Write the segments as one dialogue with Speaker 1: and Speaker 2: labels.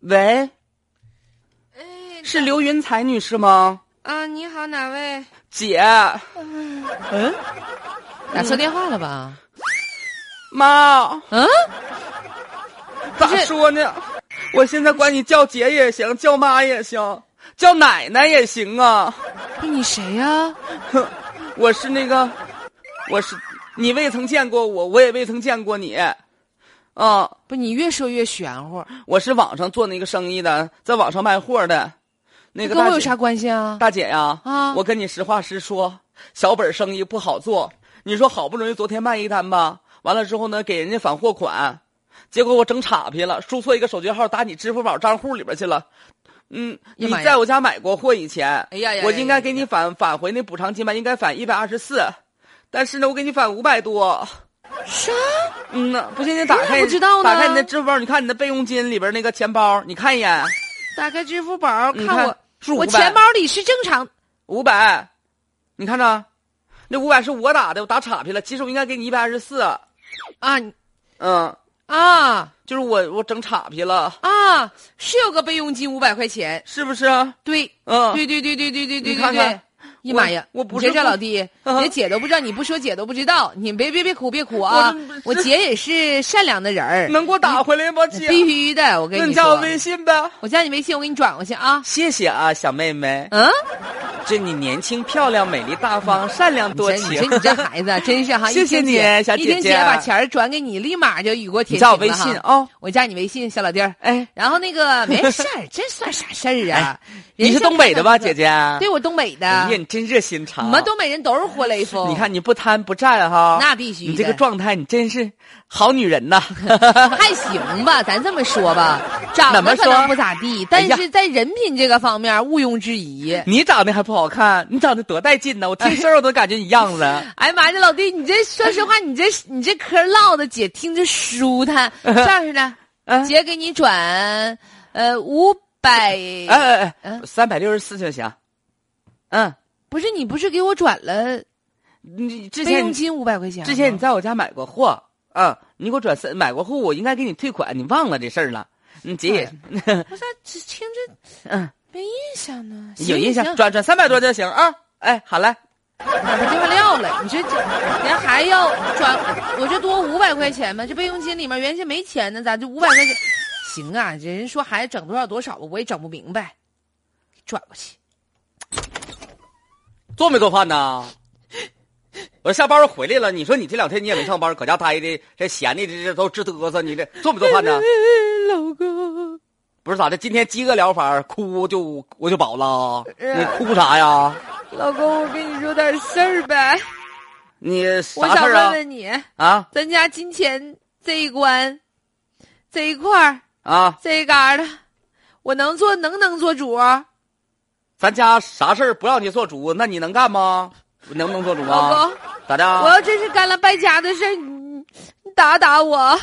Speaker 1: 喂，
Speaker 2: 哎，
Speaker 1: 是刘云才女士吗？
Speaker 2: 啊，你好，哪位？
Speaker 1: 姐，
Speaker 3: 嗯，打错电话了吧？
Speaker 1: 妈，
Speaker 3: 嗯，
Speaker 1: 咋说呢？我现在管你叫姐也行，叫妈也行，叫奶奶也行啊。
Speaker 3: 不哎是你谁呀、
Speaker 1: 哼，我是那个，我是你未曾见过我，我也未曾见过你。啊，
Speaker 3: 不是你越说越玄乎，
Speaker 1: 我是网上做那个生意的，在网上卖货的。那个
Speaker 3: 跟
Speaker 1: 大
Speaker 3: 我
Speaker 1: 姐
Speaker 3: 有啥关系啊？
Speaker 1: 大姐呀，
Speaker 3: 啊
Speaker 1: 我跟你实话实说，小本生意不好做。你说好不容易昨天卖一单吧，完了之后呢，给人家返货款，结果我整岔劈了，输错一个手机号，打你支付宝账户里边去了。嗯，
Speaker 3: 哎呀
Speaker 1: 你
Speaker 3: 妈呀
Speaker 1: 在我家买过货以前，
Speaker 3: 哎呀呀
Speaker 1: 我
Speaker 3: 呀
Speaker 1: 应
Speaker 3: 呀
Speaker 1: 该
Speaker 3: 呀
Speaker 1: 给你返返回那补偿金吧，应该返一百二十四，但是呢，我给你返五百多。
Speaker 3: 啥？
Speaker 1: 嗯呐，不信你打
Speaker 3: 你咋
Speaker 1: 开，
Speaker 3: 不哎知道呢
Speaker 1: 打开你的支付宝，你看你的备用金里边那个钱包，你看一眼，
Speaker 2: 打开支付宝，
Speaker 1: 你
Speaker 2: 看我，
Speaker 1: 是五
Speaker 3: 我
Speaker 1: 百。
Speaker 3: 钱包里是正常，
Speaker 1: 五百，你看着，那五百是我打的，我打岔劈了。其实我应该给你一百二十四，
Speaker 3: 啊你
Speaker 1: 嗯，
Speaker 3: 啊
Speaker 1: 就是我我整岔劈了，
Speaker 3: 啊，是有个备用金五百块钱，
Speaker 1: 是不是？嗯，
Speaker 3: 对，
Speaker 1: 对
Speaker 3: 对对对对对对对
Speaker 1: 你
Speaker 3: 对
Speaker 1: 看
Speaker 3: 对
Speaker 1: 看。
Speaker 3: 哎呀妈呀！
Speaker 1: 我我不
Speaker 3: 你这
Speaker 1: 是
Speaker 3: 叫
Speaker 1: 不
Speaker 3: 老 弟，
Speaker 1: 啊
Speaker 3: 连姐都不知道，你不说姐都不知道。你别别别哭别哭啊！我
Speaker 1: 我这不是
Speaker 3: 姐也是善良的人儿，
Speaker 1: 能给我打回来吗，姐？
Speaker 3: 必须的。我跟
Speaker 1: 那
Speaker 3: 你
Speaker 1: 你
Speaker 3: 说，
Speaker 1: 加我微信呗。
Speaker 3: 我加你微信，我给你转过去啊。
Speaker 1: 谢谢啊，小妹妹，
Speaker 3: 嗯，
Speaker 1: 这你年轻、漂亮、美丽、大方、善良、多
Speaker 3: 你这
Speaker 1: 情
Speaker 3: 你这。你这孩子真是 哈！
Speaker 1: 谢
Speaker 3: 一听
Speaker 1: 谢
Speaker 3: 姐
Speaker 1: 你小
Speaker 3: 一
Speaker 1: 姐
Speaker 3: 听
Speaker 1: 姐
Speaker 3: 把钱儿转给你，立马就雨过
Speaker 1: 你
Speaker 3: 天晴
Speaker 1: 加
Speaker 3: 了
Speaker 1: 我微信
Speaker 3: 哈
Speaker 1: 啊、哦，
Speaker 3: 我加你微信，小老弟儿。
Speaker 1: 哎，
Speaker 3: 然后那个没事儿，这算啥事儿啊？人
Speaker 1: 你是
Speaker 3: 生
Speaker 1: 东北的吧，
Speaker 3: 看看
Speaker 1: 姐姐？
Speaker 3: 对，我东北的
Speaker 1: 哎呀，。你真热心肠。
Speaker 3: 我们东北人都是活雷锋。
Speaker 1: 你看你不贪不占哈，
Speaker 3: 那必须的
Speaker 1: 你这个状态，你真是好女人 呐。
Speaker 3: 还行吧，咱这么说吧，长
Speaker 1: 怎么
Speaker 3: 得可
Speaker 1: 说
Speaker 3: 能不咋地，
Speaker 1: 哎
Speaker 3: 但
Speaker 1: 呀
Speaker 3: 是在人品这个方面毋庸置疑。
Speaker 1: 你长得还不好看，你长得多带劲呢！我听声儿我都感觉你样 子。
Speaker 3: 哎呀妈呀，这老弟，你这说实话，你这你这嗑唠的，姐听着舒坦。这样似的，
Speaker 1: 嗯
Speaker 3: 姐给你转呃五百，
Speaker 1: 哎哎哎
Speaker 3: 嗯，
Speaker 1: 三百六十四就行。嗯，
Speaker 3: 不是你不是给我转了
Speaker 1: 你之
Speaker 3: 备
Speaker 1: 前
Speaker 3: 用
Speaker 1: 你
Speaker 3: 金五百块钱吗？
Speaker 1: 之前你在我家买过货，嗯，你给我转三买过货，我应该给你退款，你忘了这事儿了。嗯，姐也
Speaker 3: 我咋只听着
Speaker 1: 嗯
Speaker 3: 没印象呢？
Speaker 1: 有印象，
Speaker 3: 行
Speaker 1: 转转三百多就行啊。哎，好嘞，
Speaker 3: 把这块撂了，你说这人还要转，我这多五百块钱吗？这备用金里面原先没钱呢，咋就五百块钱？行啊，这人说孩子整多少多少吧，我也整不明白，转过去。
Speaker 1: 做没做饭呢？ 我下班回来了，你说你这两天你也没上班，搁家待的，这闲的这这都直嘚瑟，你这做没做饭呢？
Speaker 3: 老公，
Speaker 1: 不是咋的？今天饥饿疗法哭就我就饱了，
Speaker 3: 呃
Speaker 1: 你哭啥呀？
Speaker 3: 老公，我跟你说点事儿呗，
Speaker 1: 你
Speaker 3: 我
Speaker 1: 啥事
Speaker 3: 想
Speaker 1: 儿啊
Speaker 3: 问？问你，
Speaker 1: 啊
Speaker 3: 咱家金钱这一关，这一块儿
Speaker 1: 啊！
Speaker 3: 这一嘎的，我能做能不能做主？
Speaker 1: 咱家啥事儿不让你做主，那你能干吗？能不能做主
Speaker 3: 老
Speaker 1: 啊？
Speaker 3: 公，
Speaker 1: 咋的啊？
Speaker 3: 我要真是干了败家的事儿，你你打打我。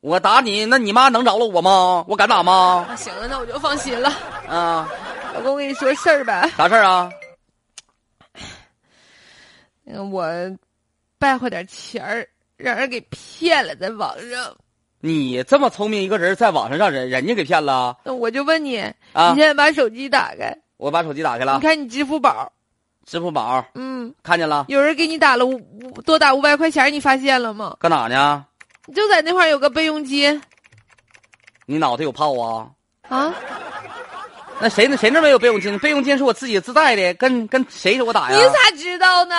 Speaker 1: 我打你，那你妈能饶了我吗？我敢打吗？
Speaker 3: 啊，行了，那我就放心了。
Speaker 1: 啊，
Speaker 3: 老公，我跟你说事儿呗，
Speaker 1: 啥事儿啊？
Speaker 3: 嗯我败坏点钱儿，让人给骗了，在网上。
Speaker 1: 你这么聪明一个人，在网上让人人家给骗了
Speaker 3: 那我就问你，
Speaker 1: 啊
Speaker 3: 你现？在把手机打开，
Speaker 1: 我把手机打开
Speaker 3: 你
Speaker 1: 了，
Speaker 3: 看你支付宝，
Speaker 1: 支付宝
Speaker 3: 嗯，
Speaker 1: 看见了，
Speaker 3: 有人给你打了五五多打五百块钱，你发现了吗？
Speaker 1: 搁哪呢？
Speaker 3: 你就在那块儿有个备用金
Speaker 1: 你脑袋有泡啊？
Speaker 3: 啊，
Speaker 1: 那谁那谁那没有备用金？备用金是我自己自带的，跟跟谁我打
Speaker 3: 你
Speaker 1: 哎呀？
Speaker 3: 咋知道呢？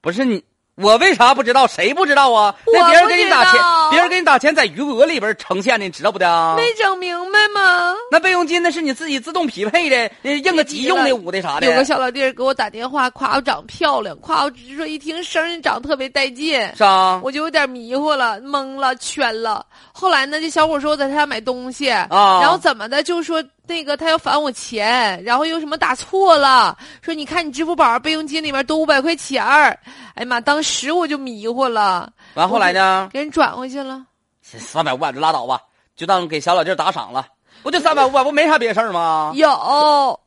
Speaker 1: 不是你，我为啥不知道？谁不知道啊？那别人给你打
Speaker 3: 我不知道
Speaker 1: 钱，别人给你打钱在余额里边呈现的，你知道不的啊？
Speaker 3: 没整明白吗？
Speaker 1: 那备用金那是你自己自动匹配的，那应个急用的、捂的啥的。
Speaker 3: 有个小老弟儿给我打电话，夸我长漂亮，夸我说一听声儿长特别带劲，
Speaker 1: 啊啥
Speaker 3: 我就有点迷糊了、懵了、圈了。后来呢，这小伙说我在他家买东西，
Speaker 1: 啊
Speaker 3: 然后怎么的，就说那个他要返我钱，然后又什么打错了，说你看你支付宝备用金里面多五百块钱儿。哎呀妈，当时我就迷糊了，
Speaker 1: 完后来呢？
Speaker 3: 给人转回去了。
Speaker 1: 三百五百就拉倒吧，就当给小老弟儿打赏了。不就三百五百，不没啥别事儿吗？
Speaker 3: 有，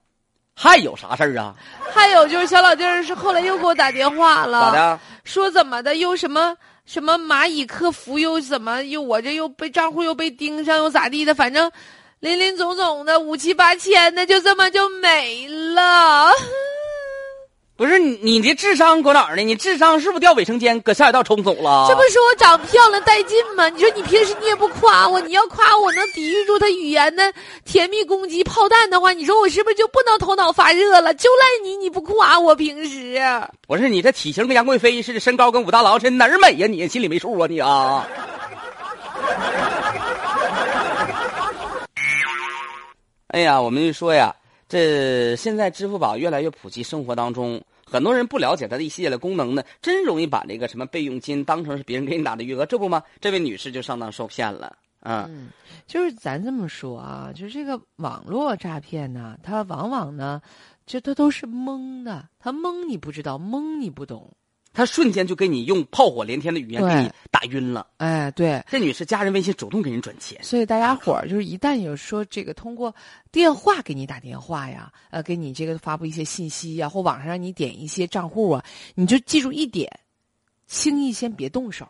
Speaker 1: 还有啥事儿啊？
Speaker 3: 还有就是小老弟儿是后来又给我打电话
Speaker 1: 咋
Speaker 3: 了，
Speaker 1: 的？
Speaker 3: 说怎么的又什么。什么蚂蚁客服又怎么又我这又被账户又被盯上又咋地的，反正林林总总的五七八千的，就这么就没了。
Speaker 1: 不是你，你这智商搁哪儿呢？你智商是不是掉卫生间搁下水道冲走了？
Speaker 3: 这不是我长漂亮带劲吗？你说你平时你也不夸我，你要夸我能抵御住他语言的甜蜜攻击、炮弹的话，你说我是不是就不能头脑发热了？就赖你，你不夸我平时。
Speaker 1: 不是你这体型跟杨贵妃似的，身高跟武大郎似的，哪儿美呀、你心里没数啊你啊？ 哎呀，我们就说呀，这现在支付宝越来越普及生活当中，很多人不了解它的一系列的功能呢，真容易把这个什么备用金当成是别人给你打的余额，这不吗？这位女士就上当受骗了啊！嗯
Speaker 3: 就是咱这么说啊，就是这个网络诈骗呢，它往往呢，就它都是蒙的，它蒙你不知道，蒙你不懂。
Speaker 1: 她瞬间就给你用炮火连天的语言给你
Speaker 3: 对
Speaker 1: 打晕了。
Speaker 3: 哎，对，
Speaker 1: 这女士加人微信主动给人转钱，
Speaker 3: 所以大家伙儿就是一旦有说这个通过电话给你打电话呀，呃，给你这个发布一些信息呀，或网上让你点一些账户啊，你就记住一点，轻易先别动手，